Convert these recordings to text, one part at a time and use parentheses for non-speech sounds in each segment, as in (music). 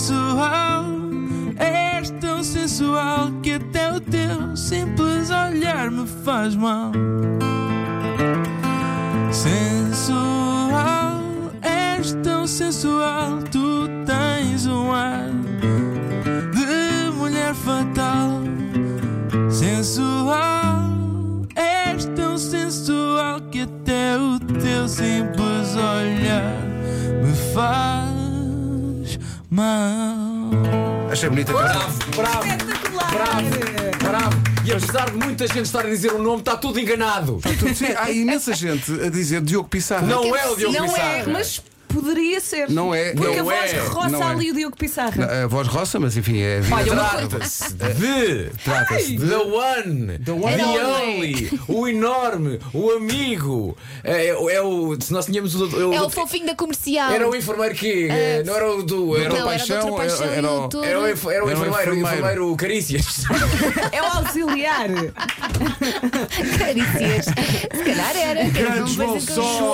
Sensual, és tão sensual que até o teu simples olhar me faz mal. Sensual, és tão sensual, tu tens um ar de mulher fatal. Sensual, és tão sensual que até o teu simples olhar me faz mal. Achei bonita a canção. Bravo, Espetacular! bravo. E apesar de muita gente estar a dizer o nome, está tudo enganado. Tudo- sim, há imensa gente a dizer Diogo Pissarra. Não é o Diogo não Pissarra. é, mas poderia ser. Não é, Porque não a voz é, roça não é. ali o Diogo Pissarra. A voz roça, mas enfim, é a vida. Olha, uma coisa. Trata-se de. Trata-se de. The One. The One. The Era Only. O enorme. O amigo. É, é o- é o. Se nós tínhamos o. É o fofinho da comercial. um Era o enfermeiro que. eh, Não era o do. Era Não, o. era do Paixão, Dr. Paixão era- era o- e doutor. Era o, enfer- era Era o o enfermeiro, o enfermeiro. enfermeiro (laughs) Carícias. É o (laughs) auxiliar. (laughs) Carícias. Se calhar era. Era Grande uma João coisa que eu- Sol.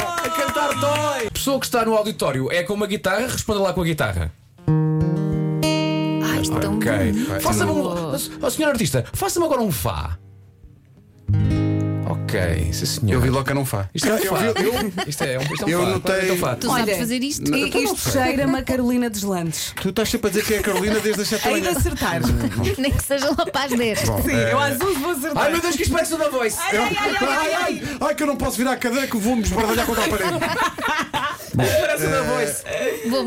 A cantar dói! A pessoa que está no auditório é com uma guitarra, responda lá com a guitarra. Ai, é tão Ok. bonito. Faça-me um. Ó, senhor artista, faça-me agora um Fá. Ok, sim senhor. Eu vi logo que não faz. Isto é um Eu fá. vi- eu- Isto é um, isto é um Eu fá. notei- Isto é um fá. Tu sabes Olha, fazer isto? E Então isto cheira-me a Carolina dos Landes. Tu estás sempre a dizer que é a Carolina desde a Aí de chatelaina. acertar. (laughs) Nem que seja lá para as 10. Sim, eu às 11 vou acertar. Ai meu Deus, que isto parece o da voice! Ai, ai, ai, ai, ai, ai. Ai, que eu não posso virar a cadeira que vou-me esbardalhar contra a parede. Parece o da voice! Bom,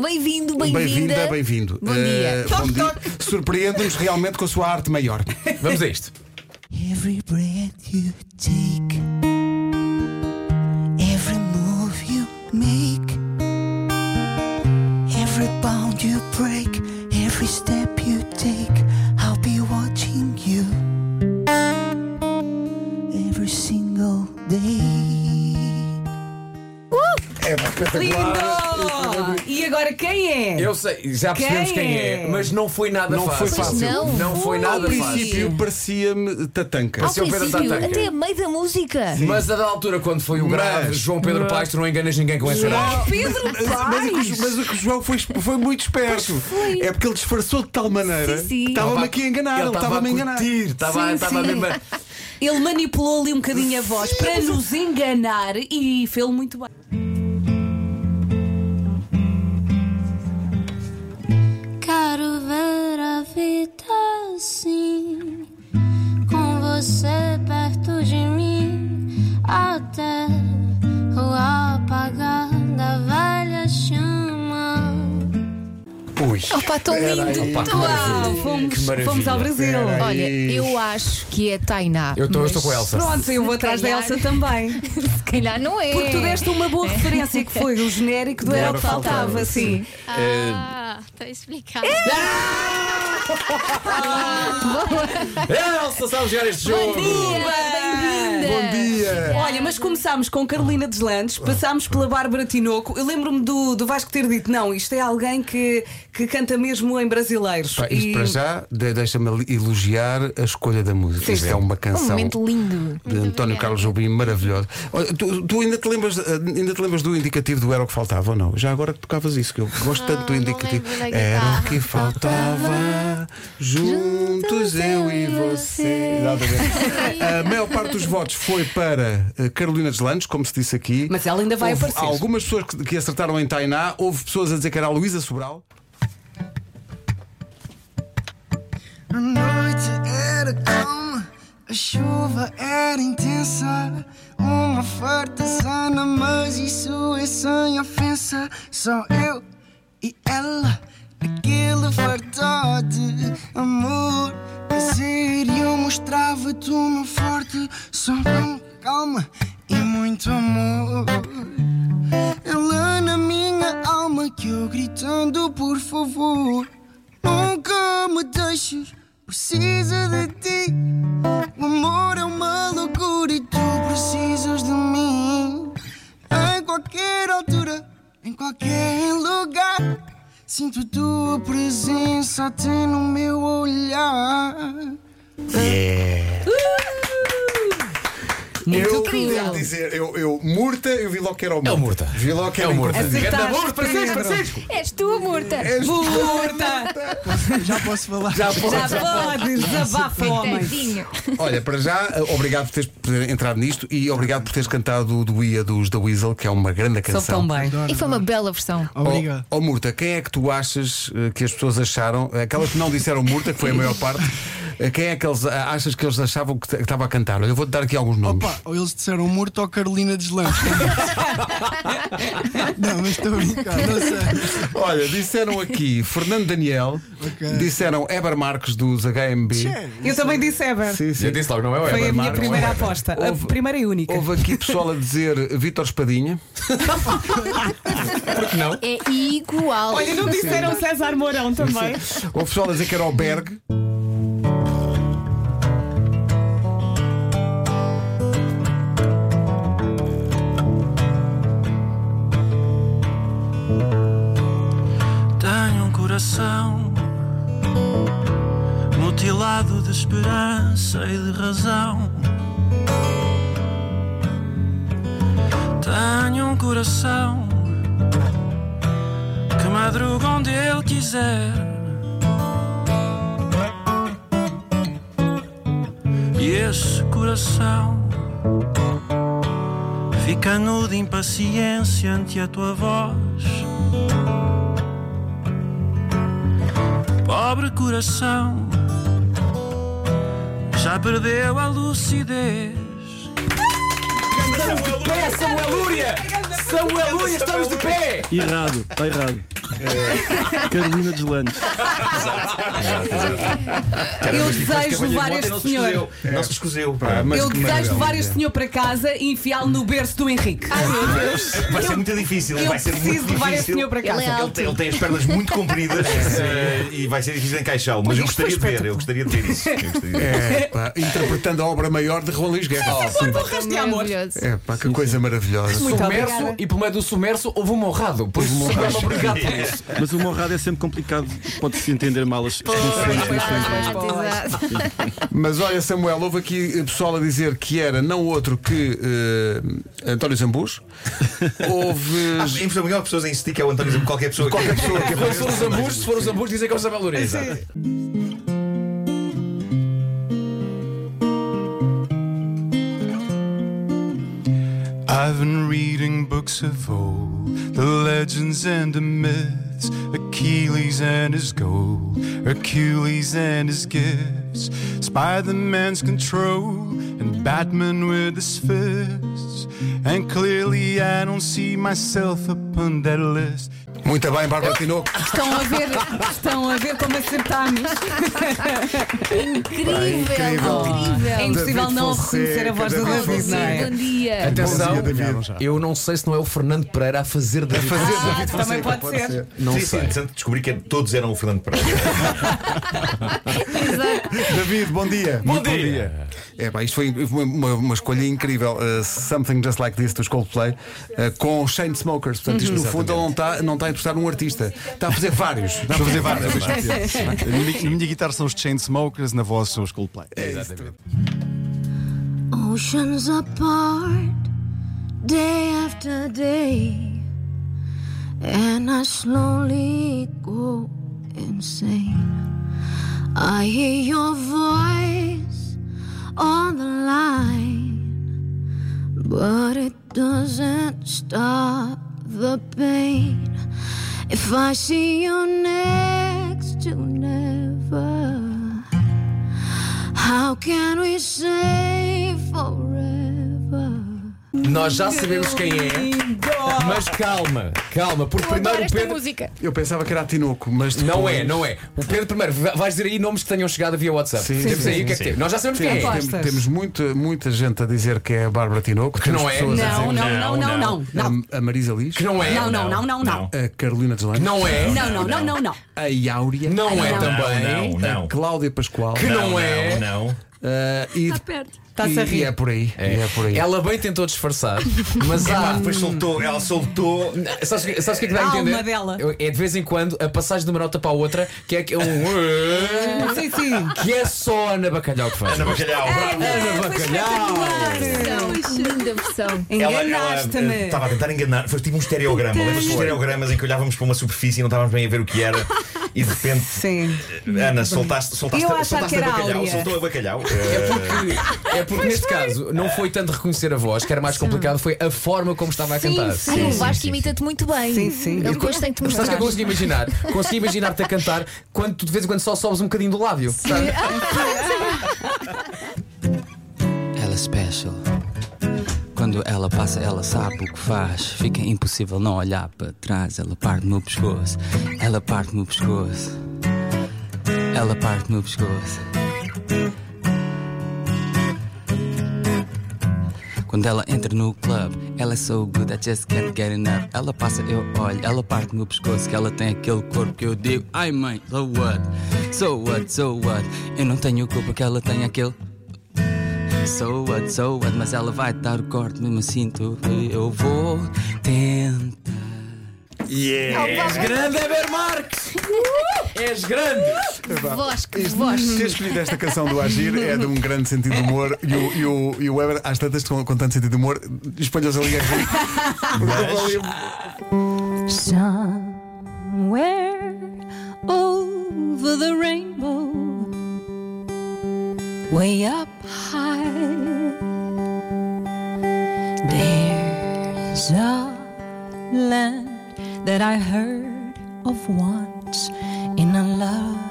Bem-vinda, bem-vindo, bem-vinda. bem-vindo. Bom dia. Eh, bom dia. Surpreende-nos realmente com a sua arte maior. Vamos a isto. Every breath you take, every move you make, every bound you break, every step you take, I'll be watching you every single day. Lindo! E agora quem é? Eu sei, já percebemos quem, Quem é? é? mas não foi nada Não fácil. foi fácil. Não Não foi foi. nada Ao fácil. princípio parecia-me tatanca. Ao Seu Pedro princípio, Tatanka. até a meio da música. Mas a da altura, quando foi o Mas- grave João Pedro Paes, tu não enganas ninguém com essa idade. Pedro Mas, o que- Paes! mas o que o João foi, foi muito esperto. É porque ele disfarçou de tal maneira Sim, sim. que estava-me aqui a enganar. Ele estava-me a enganar. curtir, Estava Sim, estava sim. mesmo a- Ele manipulou ali um bocadinho a voz para nos enganar e fez muito bem. Quero ver a vida assim, com você perto de mim, até o apagar da velha chama. Ui. Opa, tão lindo. Pá, que maravilha. Uau, fomos, Que maravilha. fomos ao Brasil. Era. Olha, eu acho que é Tainá. Eu estou eu mas estou com a Elsa. Pronto, eu vou atrás da Elsa também. Se calhar não é. Porque tu deste uma boa referência que foi o genérico do Era o que Faltava, sim. Ah, tá explicado. É, Elsa, sabe jogar este jogo! Bem-vinda. Bom É. dia. Olha, mas começámos com Carolina Deslandes, passámos pela Bárbara Tinoco. Eu lembro-me do, do Vasco ter dito: não, isto é alguém que, que canta mesmo em brasileiros. Pá, Isto E- para já, de- deixa-me ali elogiar a escolha da música. Isto é uma (laughs) Um canção momento lindo. de António Carlos Jobim maravilhosa. Olha, Tu, tu ainda, te lembras, eh, ainda te lembras do indicativo do Era o que Faltava ou não? Já agora que tocavas isso, que eu gosto tanto do Ah, não indicativo. lembro da guitarra. Era o que faltava, juntos Juntos eu e eu e você. você. (laughs) Exatamente. A maior parte dos votos foi para eh, Carolina Deslandes, como se disse aqui. Mas ela ainda vai Houve aparecer. Algumas pessoas que, que acertaram em Tainá, houve pessoas a dizer que era a Luísa Sobral. A noite era calma, a chuva era intensa. Uma fartazana, mas isso é sem ofensa. Só eu e ela, aquele fartote. Amor, prazer, e eu mostrava-te o meu forte. Só com calma e muito amor. Ela na minha alma que eu gritando por favor Nunca me deixes, precisa de ti O amor é uma loucura e tu precisas de mim Em qualquer altura, em qualquer lugar Sinto a tua presença até no meu olhar Uh! Eu Incrível. devo dizer, eu, eu Murta, eu vi logo que era o Murta. o Murta. Vi logo que É era o Murta. inconfundível. Acertaste. Grande amor, Francisco, Francisco. És tu, Murta. É És tu, Murta! (laughs) Já posso falar? Tá Já pode, desabafa, homem. Tadinho. Olha, para já, eh, obrigado por teres eh, entrado nisto e obrigado por teres cantado o do Ia dos da Weasel, que é uma grande Sou canção. tão bem. E foi uma bela versão. Ó- Obrigado. ó Murta, quem é que tu achas eh, que as pessoas acharam, aquelas que não disseram Murta, que foi a maior parte, eh, quem é que eles ah, achas que eles achavam que t- que estava a cantar? Olha, eu vou-te dar aqui alguns nomes. Opa, ou eles disseram Murta ou Carolina Deslandes. (laughs) não, mas estou a brincar, não sei. (laughs) Olha, disseram aqui Fernando Daniel, Ok. disseram Eber Marques dos HMB. é? Eu também disse Ever. Sim, Já disse logo, não é o Foi a Eber. minha Marco, primeira Ever. aposta. Houve- A primeira e única. Houve aqui pessoal a dizer Vítor Espadinha. Porque não? É igual. Olha, não disseram César Mourão também. Houve pessoal a dizer que era o Berg. Tenho um coração mutilado de esperança e de razão. Tenho um coração que madruga onde ele quiser. E esse coração fica nu de impaciência ante a tua voz. Pobre coração, já perdeu a lucidez. Pé, Samuel Lúria! Samuel Lúria, estamos de é pé! E Errado, está errado. É, Carolina Deslandes. Eu desejo levar este senhor. Não se escuseu. Eu desejo levar este senhor para casa e enfiá-lo no berço do Henrique. Vai ser muito difícil. Eu vai ser preciso muito levar este difícil. senhor para Ele é casa. É. Ele tem, ele tem as pernas muito (laughs) compridas eh, e vai ser difícil encaixá-lo, mas eu isto foi gostaria de ver, eu gostaria de ver isso. Eu gostaria de (laughs) ver. É, pá, interpretando a obra maior de Juan Luís Guerra. Borras um de amor. Maravilhoso. É pá, que coisa maravilhosa. Muito Sumerso obrigada. e pelo meio do sumerso houve um honrado. Por isso, ficava (laughs) obrigado por isso. Mas o honrado é sempre complicado, pode-se entender mal as funções. é Ah, exato. Mas olha, Samuel, houve aqui eh, pessoal a dizer que era não outro que eh, António Zambus. Ah, Houve. Em Portugal, melhor pessoas em stick é o António Zambus, qualquer pessoa. Qualquer que- pessoa que Se for os ambos, se for os ambos, dizem que é o Samuel Lúria. Exato. I've been reading books of old, the legends and the myths, Achilles and his gold, Hercules and his gifts, Spider Man's control, and Batman with his fists. And clearly, I don't see myself upon that list. Muito bem, Bárbara Tinoco. Estão a ver, estão a ver como acertámos. É Incrível. Incrível. É impossível David não Fonseca, reconhecer a voz do David David, não é? Bom dia. Atenção, David. eu não sei se não é o Fernando Pereira a fazer da vida. Fazer David também Fonseca, pode ser. Não Seria sei. interessante descobrir que todos eram o Fernando Pereira. David, bom dia. Bom dia! É pá, isto foi uma, uma- uma escolha incrível. Uh, Something Just Like This dos Coldplay uh, com Shane Smokers. Portanto, isto no fundo ele não está não tá a interpretar um artista, está a fazer vários. Está a fazer vários. Na minha, na minha guitarra são os Chainsmokers, na voz são os Coldplay. É Oceans apart, day after day, and I slowly go insane. I hear your voice on the line, but it doesn't stop the pain. If I see you next to never. How can we say forever? Nós já sabemos quem é, mas calma, calma, porque Eu adoro primeiro o esta Pedro. música. Eu pensava que era a Tinoco, mas. depois- Não é, não é. O Pedro, primeiro, va- vais dizer aí nomes que tenham chegado via WhatsApp. Sim, Temos sim, aí o que é que sim. teve. Nós já sabemos quem é. Aposto. Temos, Apostas. temos muita, muita gente a dizer que é a Bárbara Tinoco. Que não é. Não, não, não, não, não, não. é A, a Marisa Liz. Que não é. Não, não, não, não, não. A Carolina Deslandes. Não é. Não, não, não, não, não. A Áurea. Não é Não, também. não, não. Cláudia Pascoal. Que não Não, é. Não, não. Ah, e, Está perto. Estás a e, e rir. é por aí. É. E é por aí. Ela bem tentou disfarçar, mas Ah, há. depois soltou, ela soltou. Sabes, o que- sabes o que é que dá A a entender? alma dela. É de vez em quando a passagem de uma nota para a outra que é que- um. (laughs) Sim, sim. que é só a Ana Bacalhau que faz. Ana Bacalhau. É, Ana É. Versão, é linda versão. Ela- ela, eh, Enganaste-me. Estava a tentar enganar. Foi tipo um estereograma. Lembras-te dos estereogramas em que olhávamos para uma superfície e não estávamos bem a ver o que era e de repente. eh, Sim. Ana, soltaste, soltaste, Eu achava soltaste que a era bacalhau. áurea. Soltou a bacalhau. É Eh, porque, é porque neste caso não foi tanto reconhecer a voz, que era mais complicado, foi a forma como estava a cantar. Ai, o Vasco imita-te muito bem. Sim, sim. Ele depois tem-te Mas sabes o é que mostrar. eu consegui imaginar? Consegui imaginar-te a cantar quando tu de vez em quando só sobes um bocadinho do lábio. sabe? Ela é special. Quando ela passa, ela sabe o que faz. Fica impossível não olhar para trás. Ela parte no pescoço. Ela parte no pescoço. Ela parte no pescoço. Quando ela entra no club, ela é so good, I just can't get enough. Ela passa, eu olho, ela parte no pescoço, que ela tem aquele corpo que eu digo, ai mãe, so what? So what, so what? Eu não tenho culpa que ela tenha aquele So what, so what, mas ela vai dar o corte, mesmo assim tu, eu vou tentar. Yeah. Grande Eber Marques! És grande! Voz, que voz. Ter escolhido esta canção do Agir é de um grande sentido de humor e o, e o, e o Weber, às tantas, com, com tanto sentido de humor, espalhou-se ali a rir. Somewhere over the rainbow, way up high, there's a land that I heard of once in a lullaby.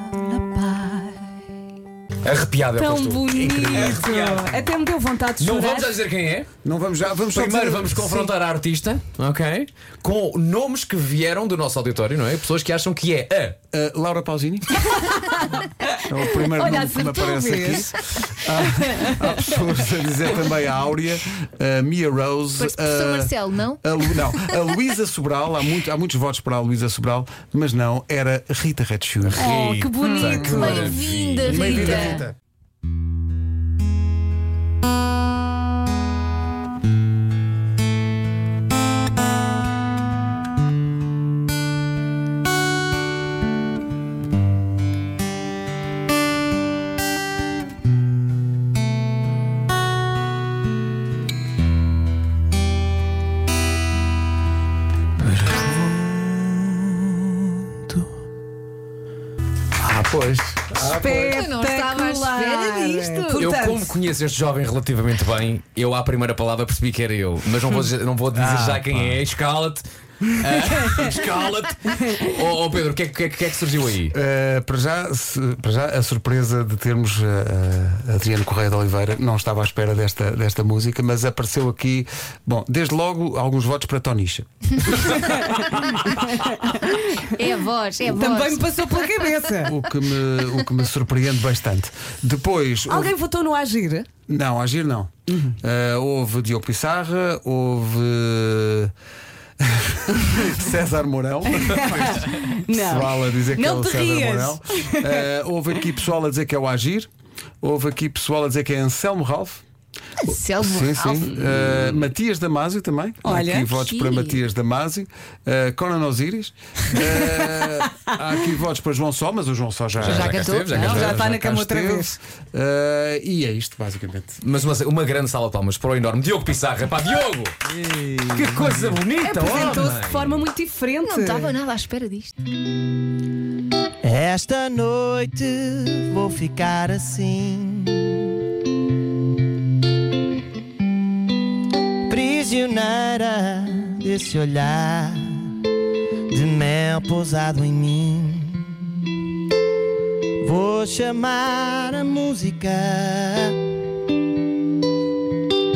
Arrepiado é o que eu Tão estou. bonito. né? Até me deu vontade de Não chorar. vamos já dizer quem é. Não vamos já, vamos só Primeiro dizer- vamos confrontar a artista, ok? Com nomes que vieram do nosso auditório, não é? Pessoas que acham que é a. Uh, Laura Pausini. é o primeiro Olha, nome que me acertou, aparece vês? aqui. Há, há pessoas a dizer também a Áurea, a Mia Rose. Parece professor a- Marcelo, não? a Lu- não, a Luísa Sobral, há, muito- há muitos votos para a Luísa Sobral, mas não, era Rita Red Shoes. Oh, que bonito. Bem-vinda, Rita. Ah, pois. Eu não estava à espera disto. Espetacular. Eu, Portanto, como conheço este jovem relativamente bem, eu à primeira palavra percebi que era eu, mas não vou, dizer- não vou dizer já quem é. Escala-te. Ah, Escala-te. Oh, oh, Pedro, o que, é, que é- que é que surgiu aí? Uh, para, já, se- para já, a surpresa de termos uh, uh, Adriano Correia de Oliveira não estava à espera desta, desta música, mas apareceu aqui, bom, desde logo alguns votos para Tonicha. É a voz, é a voz. também me passou pela cabeça. O que (laughs) me, o que me surpreende bastante. Depois. houve- Alguém Uhum. votou no Agir? Não, agir não. Eh, houve Diogo Pissarra, houve. (laughs) César Mourão, Não. pessoal a dizer que Não é o te César rias. Mourão. Eh, houve aqui pessoal a dizer que é o Agir, houve aqui pessoal a dizer que é Anselmo Ralph. Selvo Sim, sim. Alves. Eh, Matias Damasio também. Há Olha, aqui votos sim. para Matias Damasio. Eh, Conan (laughs) Osiris. Eh, há aqui votos para João Só, mas o João Só já. Já cá cantou? esteve, já cá Não, esteve. já está na cá cama outra esteve. vez. Eh, e é isto, basicamente. Mas uma, uma grande sala de palmas para o enorme Diogo Pissarra. Pá, Diogo! Que coisa bonita, Então, Apresentou-se de homem! forma muito diferente. Não estava nada à espera disto. Esta noite vou ficar assim. Prisioneira desse olhar de mel pousado em mim. Vou chamar a música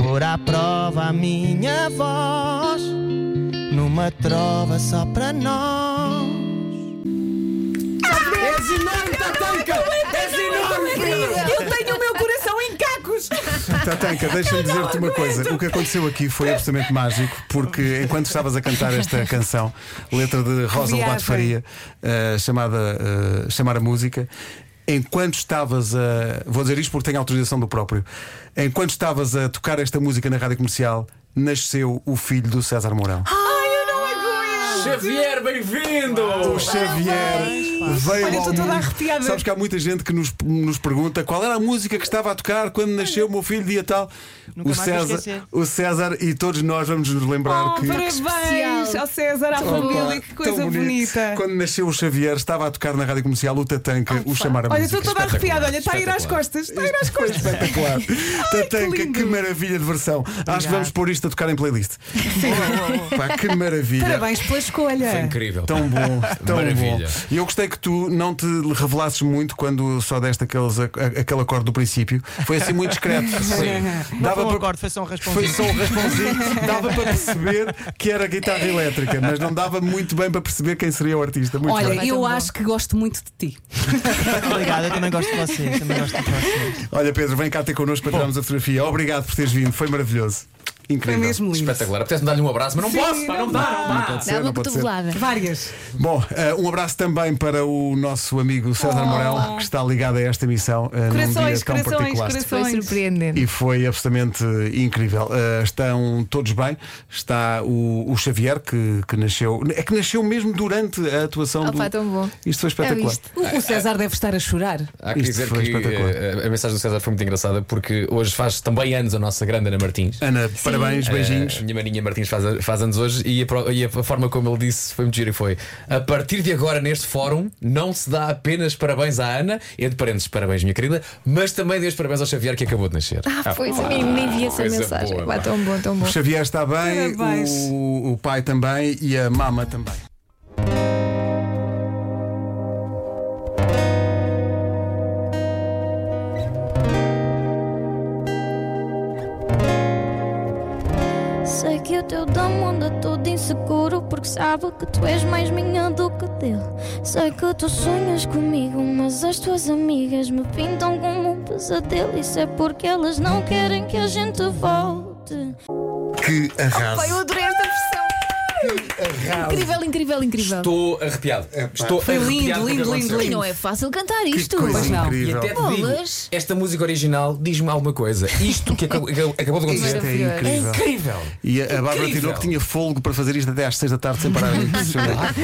por à prova a minha voz numa trova só pra nós. És enorme, Tatanka! És é enorme! Eu tenho o meu coração em cacos. Tatanka, deixa-me dizer-te uma coisa. O que aconteceu aqui foi absolutamente mágico, porque enquanto estavas a cantar esta canção, letra de Rosa Viagem. Lobato Faria, eh, chamada eh, Chamar a Música. enquanto estavas a. Vou dizer isto porque tenho autorização do próprio. Enquanto estavas a tocar esta música na rádio comercial, nasceu o filho do César Mourão. Xavier, bem-vindo! O Xavier veio Olha, ao estou toda mundo. arrepiada. Sabes que é há muita gente que nos, nos pergunta qual era a música que estava a tocar quando nasceu o meu filho, dia tal. Nunca o, mais vou esquecer. César, o César e todos nós vamos nos lembrar Oh, que. parabéns ao César, à Opa, família, que tão coisa bonito. bonita. Quando nasceu o Xavier, estava a tocar na rádio comercial o Tatanca, o chamar a Olha, música. estou toda arrepiada, olha, está a ir às costas, é está a ir às costas. (laughs) Espetacular. Tatanca, que, maravilha de versão. Acho que vamos pôr isto a tocar em playlist. Pá, que maravilha. Parabéns pela escolha. Foi é incrível. Tão bom, tão Maravilha. bom. E eu gostei que tu não te revelasses muito quando só deste aqueles, a- a- aquele acorde do princípio. Foi assim (laughs) muito discreto. Sim. Não foi um acorde, foi só um Foi rasponzinho. só um rasponzinho. dava para perceber que era guitarra elétrica, mas não dava muito bem para perceber quem seria o artista. Muito Olha, bem. eu acho que gosto muito de ti. Obrigado, eu também gosto de vocês. Também gosto de vocês. Olha, Pedro, vem cá ter connosco para tirarmos a fotografia. Obrigado por teres vindo, foi maravilhoso. Incrível. Foi mesmo Espetacular. Apetece-me dar-lhe um abraço, mas não Sim, posso, pá, não não dá, dá. não dá. Não pode ser, Dá uma não pode ser. cotovelada. Ah, Várias. Bom, eh, um abraço também para o nosso amigo César Mourão, que está ligado a esta emissão eh, num dia Corações, tão corações, particular. corações. Foi surpreendente. E foi absolutamente eh, incrível. Eh, estão todos bem. Está o, o Xavier, que, que nasceu. É que nasceu mesmo durante a atuação Ah, Opa, do. então tão bom. Isto É foi espetacular. O, o César deve estar a chorar. Há que Isto dizer foi que eh, a mensagem do César foi muito engraçada porque hoje faz também anos a nossa grande Ana Martins. Eh, Ana, É. parabéns, beijinhos. A minha Marinha Martins faz, faz anos hoje e a, pro- e a forma como ele disse foi muito giro e foi a partir de agora neste fórum não se dá apenas parabéns à Ana, entre parênteses, parabéns minha querida, mas também dei os parabéns ao Xavier que acabou de nascer. Ah, pois, pá, nem, nem vi essa coisa mensagem. boa, Pá, pá. tão bom, tão bom. O Xavier está bem, Parabéns. o, o pai também e a mama também. Sei que o teu dom anda todo inseguro Porque sabe que tu és mais minha do que dele Sei que tu sonhas comigo Mas as tuas amigas me pintam como um pesadelo Isso é porque elas não querem que a gente volte Que arraso. Pai, eu adorei esta versão. Incrível, incvel, incrível. Estou arrepiado. Estou Foi arrepiado com o lindo, que lindo, lindo, aconteceu. lindo. E não é fácil cantar isto. Pois não. E até te digo, esta música original diz-me alguma coisa. Isto que acabou, que acabou de acontecer Isto é incrível. É incrível. E a, a Bárbara Incrível. tirou que tinha folgo para fazer isto até às 6 da tarde sem parar. Impressionante.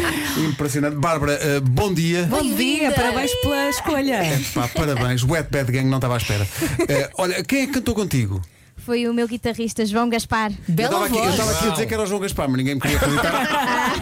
Impressionante. Bárbara, eh, bom dia. É, Bom dia, parabéns pela escolha. (laughs) Pá, parabéns. Wet Bad Gang não estava à espera. Eh, olha, quem é que cantou contigo? Foi o meu guitarrista João Gaspar. eu estava aqui, eu estava aqui a dizer que era o João Gaspar, mas ninguém me queria acreditar.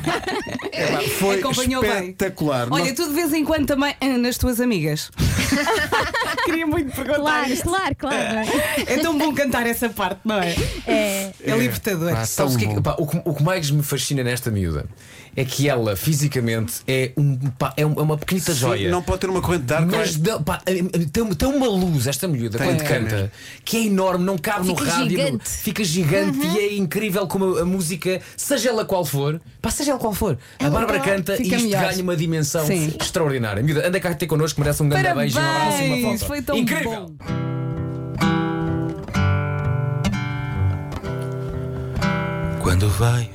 É, pá, foi Acompanhou bem. espetacular. Olha, Nós- tu de vez em quando também ah, nas tuas amigas. (laughs) Queria muito perguntar. Claro, isto. claro, claro. É tão bom cantar essa parte, não é? É. É libertador. Ah, Pá, sabes o, que, é que- pá, o que- o que mais me fascina nesta miúda é que ela fisicamente é, um, pá, é um- é uma pequenita Sim, joia. não pode ter uma corrente de ar, Mas não é? dá- pá, é- é- tem, tem uma luz esta miúda Tem, quando tem canta mesmo. que é enorme, não cabe no Fica rádio. gigante. Fica gigante Uhum. e é incrível como a, a música, seja ela qual for, pá, seja ela qual for, É a Ela um Bárbara vai, canta e fica isto melhor. ganha uma dimensão Sim. extraordinária. Miúda, anda cá ter connosco, merece um grande beijo, um abraço e uma Parabéns, foto. foi tão incrível! bom. Quando veio,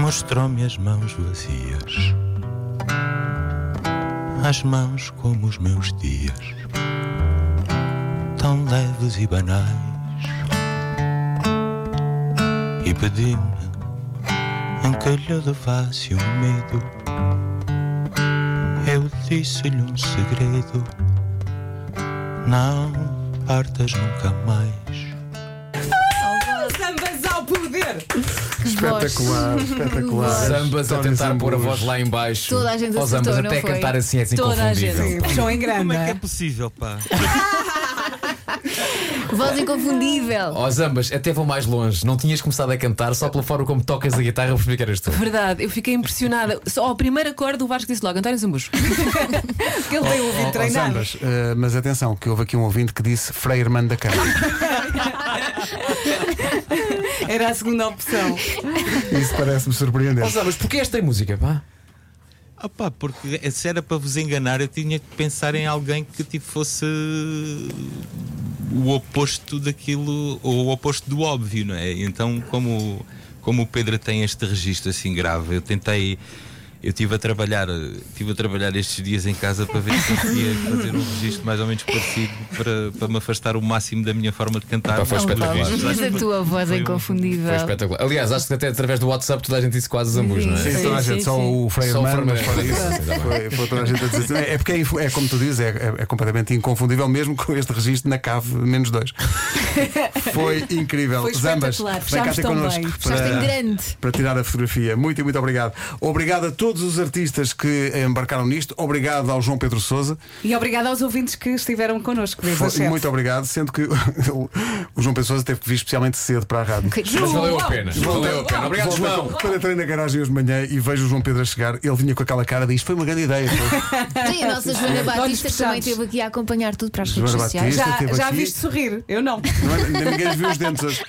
mostrou-me as mãos vazias, as mãos como os meus dias, tão leves e banais, e pedi-me em que lhe levasse um medo. Eu disse-lhe um segredo, não (laughs) partas nunca mais. Sambas ao poder! Espetacular, voz. espetacular. Zambas a António tentar pôr a Zambujo. voz lá em baixo. Toda a gente Ó, Zambas, acertou, não até foi? cantar assim é assim Toda a inconfundível. gente. Puxou em grande. Como é que é possível, pá? (laughs) Voz inconfundível. Ó Zambas, até vou mais longe. Não tinhas começado a cantar só pela forma como tocas a guitarra, eu percebi que eras tu. Verdade, eu fiquei impressionada. Só ao primeiro acorde o Vasco disse logo: António Zambujo. Ele um Oh, oh, oh, Zambas, eh, mas atenção, que houve aqui um ouvinte que disse Frei Irmã da Câmara. Era a segunda opção. (laughs) Isso parece-me surpreendente. Mas porquê esta é música, pá? Ah pá, porque se era para vos enganar, eu tinha que pensar em alguém que tipo fosse o oposto daquilo, ou o oposto do óbvio, não é? Então, como, como o Pedro tem este registro assim grave, eu tentei. Eu estive a trabalhar, eh, tive a trabalhar estes dias em casa para ver se conseguia fazer um registro mais ou menos parecido para, para me afastar o máximo da minha forma de cantar. Pá, foi Dos espetacular. vistos. Mas a tua voz é um- inconfundível. Foi espetacular. Aliás, acho que até através do WhatsApp toda a gente disse quase Zambus, não é? Sim, toda a gente, só o Freire Só o Mano, Freire mas Mano. fora isso. Foi, foi toda a gente a dizer. É é porque é, inf- é como tu dizes, é, é- é completamente inconfundível, mesmo (laughs) com este registro na cave menos dois. Foi incrível. Foi Zambas, espetacular. vem cá Fechaste ter tão connosco bem. Fechaste em grande. para tirar a fotografia. Muito e muito obrigado. Obrigado a todos os artistas que embarcaram nisto. Obrigado ao João Pedro Souza. E obrigada aos ouvintes que estiveram connosco. desde as Foi- sete. Muito obrigado, sendo que (laughs) o João Pessoa teve que vir especialmente cedo para a rádio. Coitadinho. Mas valeu a pena, Voltei- valeu a pena. Obrigado, voltei- João. Quando entrei na garagem hoje de manhã e vejo o João Pedro a chegar, ele vinha com aquela cara de isto foi uma grande ideia. Sim, a nossa Joana Olhos Batista também fechados. esteve aqui a acompanhar tudo para as redes Joana sociais. Batista Já- esteve já aqui. viste sorrir? Eu não. Não é? Ainda Ninguém lhe viu os dentes hoje.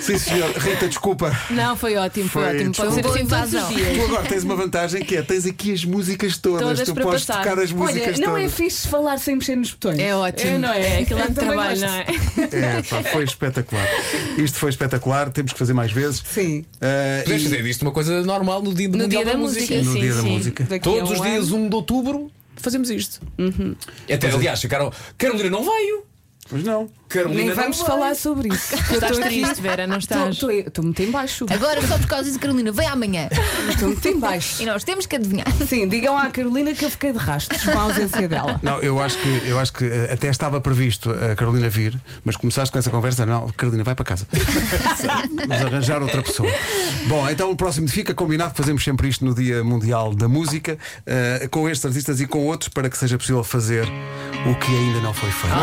Sim, senhor. Rita, desculpa. Não, foi ótimo, foi, ótimo. Pode ser então desculpa. assim todos os dias. Tu agora tens uma vantagem que é tens aqui as músicas todas, Todas tu para podes passar. tocar as músicas Olha, todas. não é fixe falar sem mexer nos botões. É ótimo. É, não é? Aquilo é Eu de também trabalho, gosto. não é? É, pá, foi espetacular. Isto foi espetacular, temos que fazer mais vezes. Sim. Eh, Podemos fazer disto uma coisa normal no dia, do No Mundial dia da música, No sim, dia da sim. música. Daqui a Todos um os dias, 1 de outubro, fazemos isto. Até, Pois é. aliás, ficaram. Carolina não veio. Pois não. Carolina Nem não vamos veio. falar sobre isso. Estás Eu tô triste, Vera, não estás? Tô- tô- Estou muito em baixo. Agora, só por causa disso, Carolina, vem amanhã. Estou muito em baixo. E nós temos que adivinhar. Sim, digam à Carolina que eu fiquei de rastros com a ausência dela. Não, eu acho que, eu acho que eh, até estava previsto a Carolina vir, mas começaste com essa conversa, não, Carolina, vai para casa. Vamos arranjar outra pessoa. Bom, então o próximo fica combinado que fazemos sempre isto no Dia Mundial da Música, eh, com estes artistas e com outros, para que seja possível fazer o que ainda não foi feito.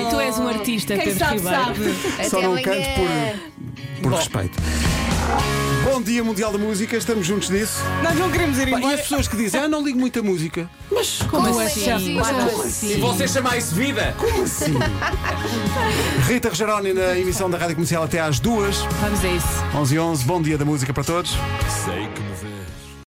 E tu és um artista, Quem Pedro sabe, Ribeiro. sabe. Só não canto por, por respeito. Bom Dia Mundial da Música, estamos juntos nisso. Nós não queremos ir embora. E as pessoas que dizem, ah, não ligo muito a música. Mas Como Como assim? assim? Como assim? E você chamar isso vida? Como assim? Rita Rogeroni na emissão da Rádio Comercial até às duas. Vamos a isso. 11 h 11 bom dia da música para todos. Sei que me vês.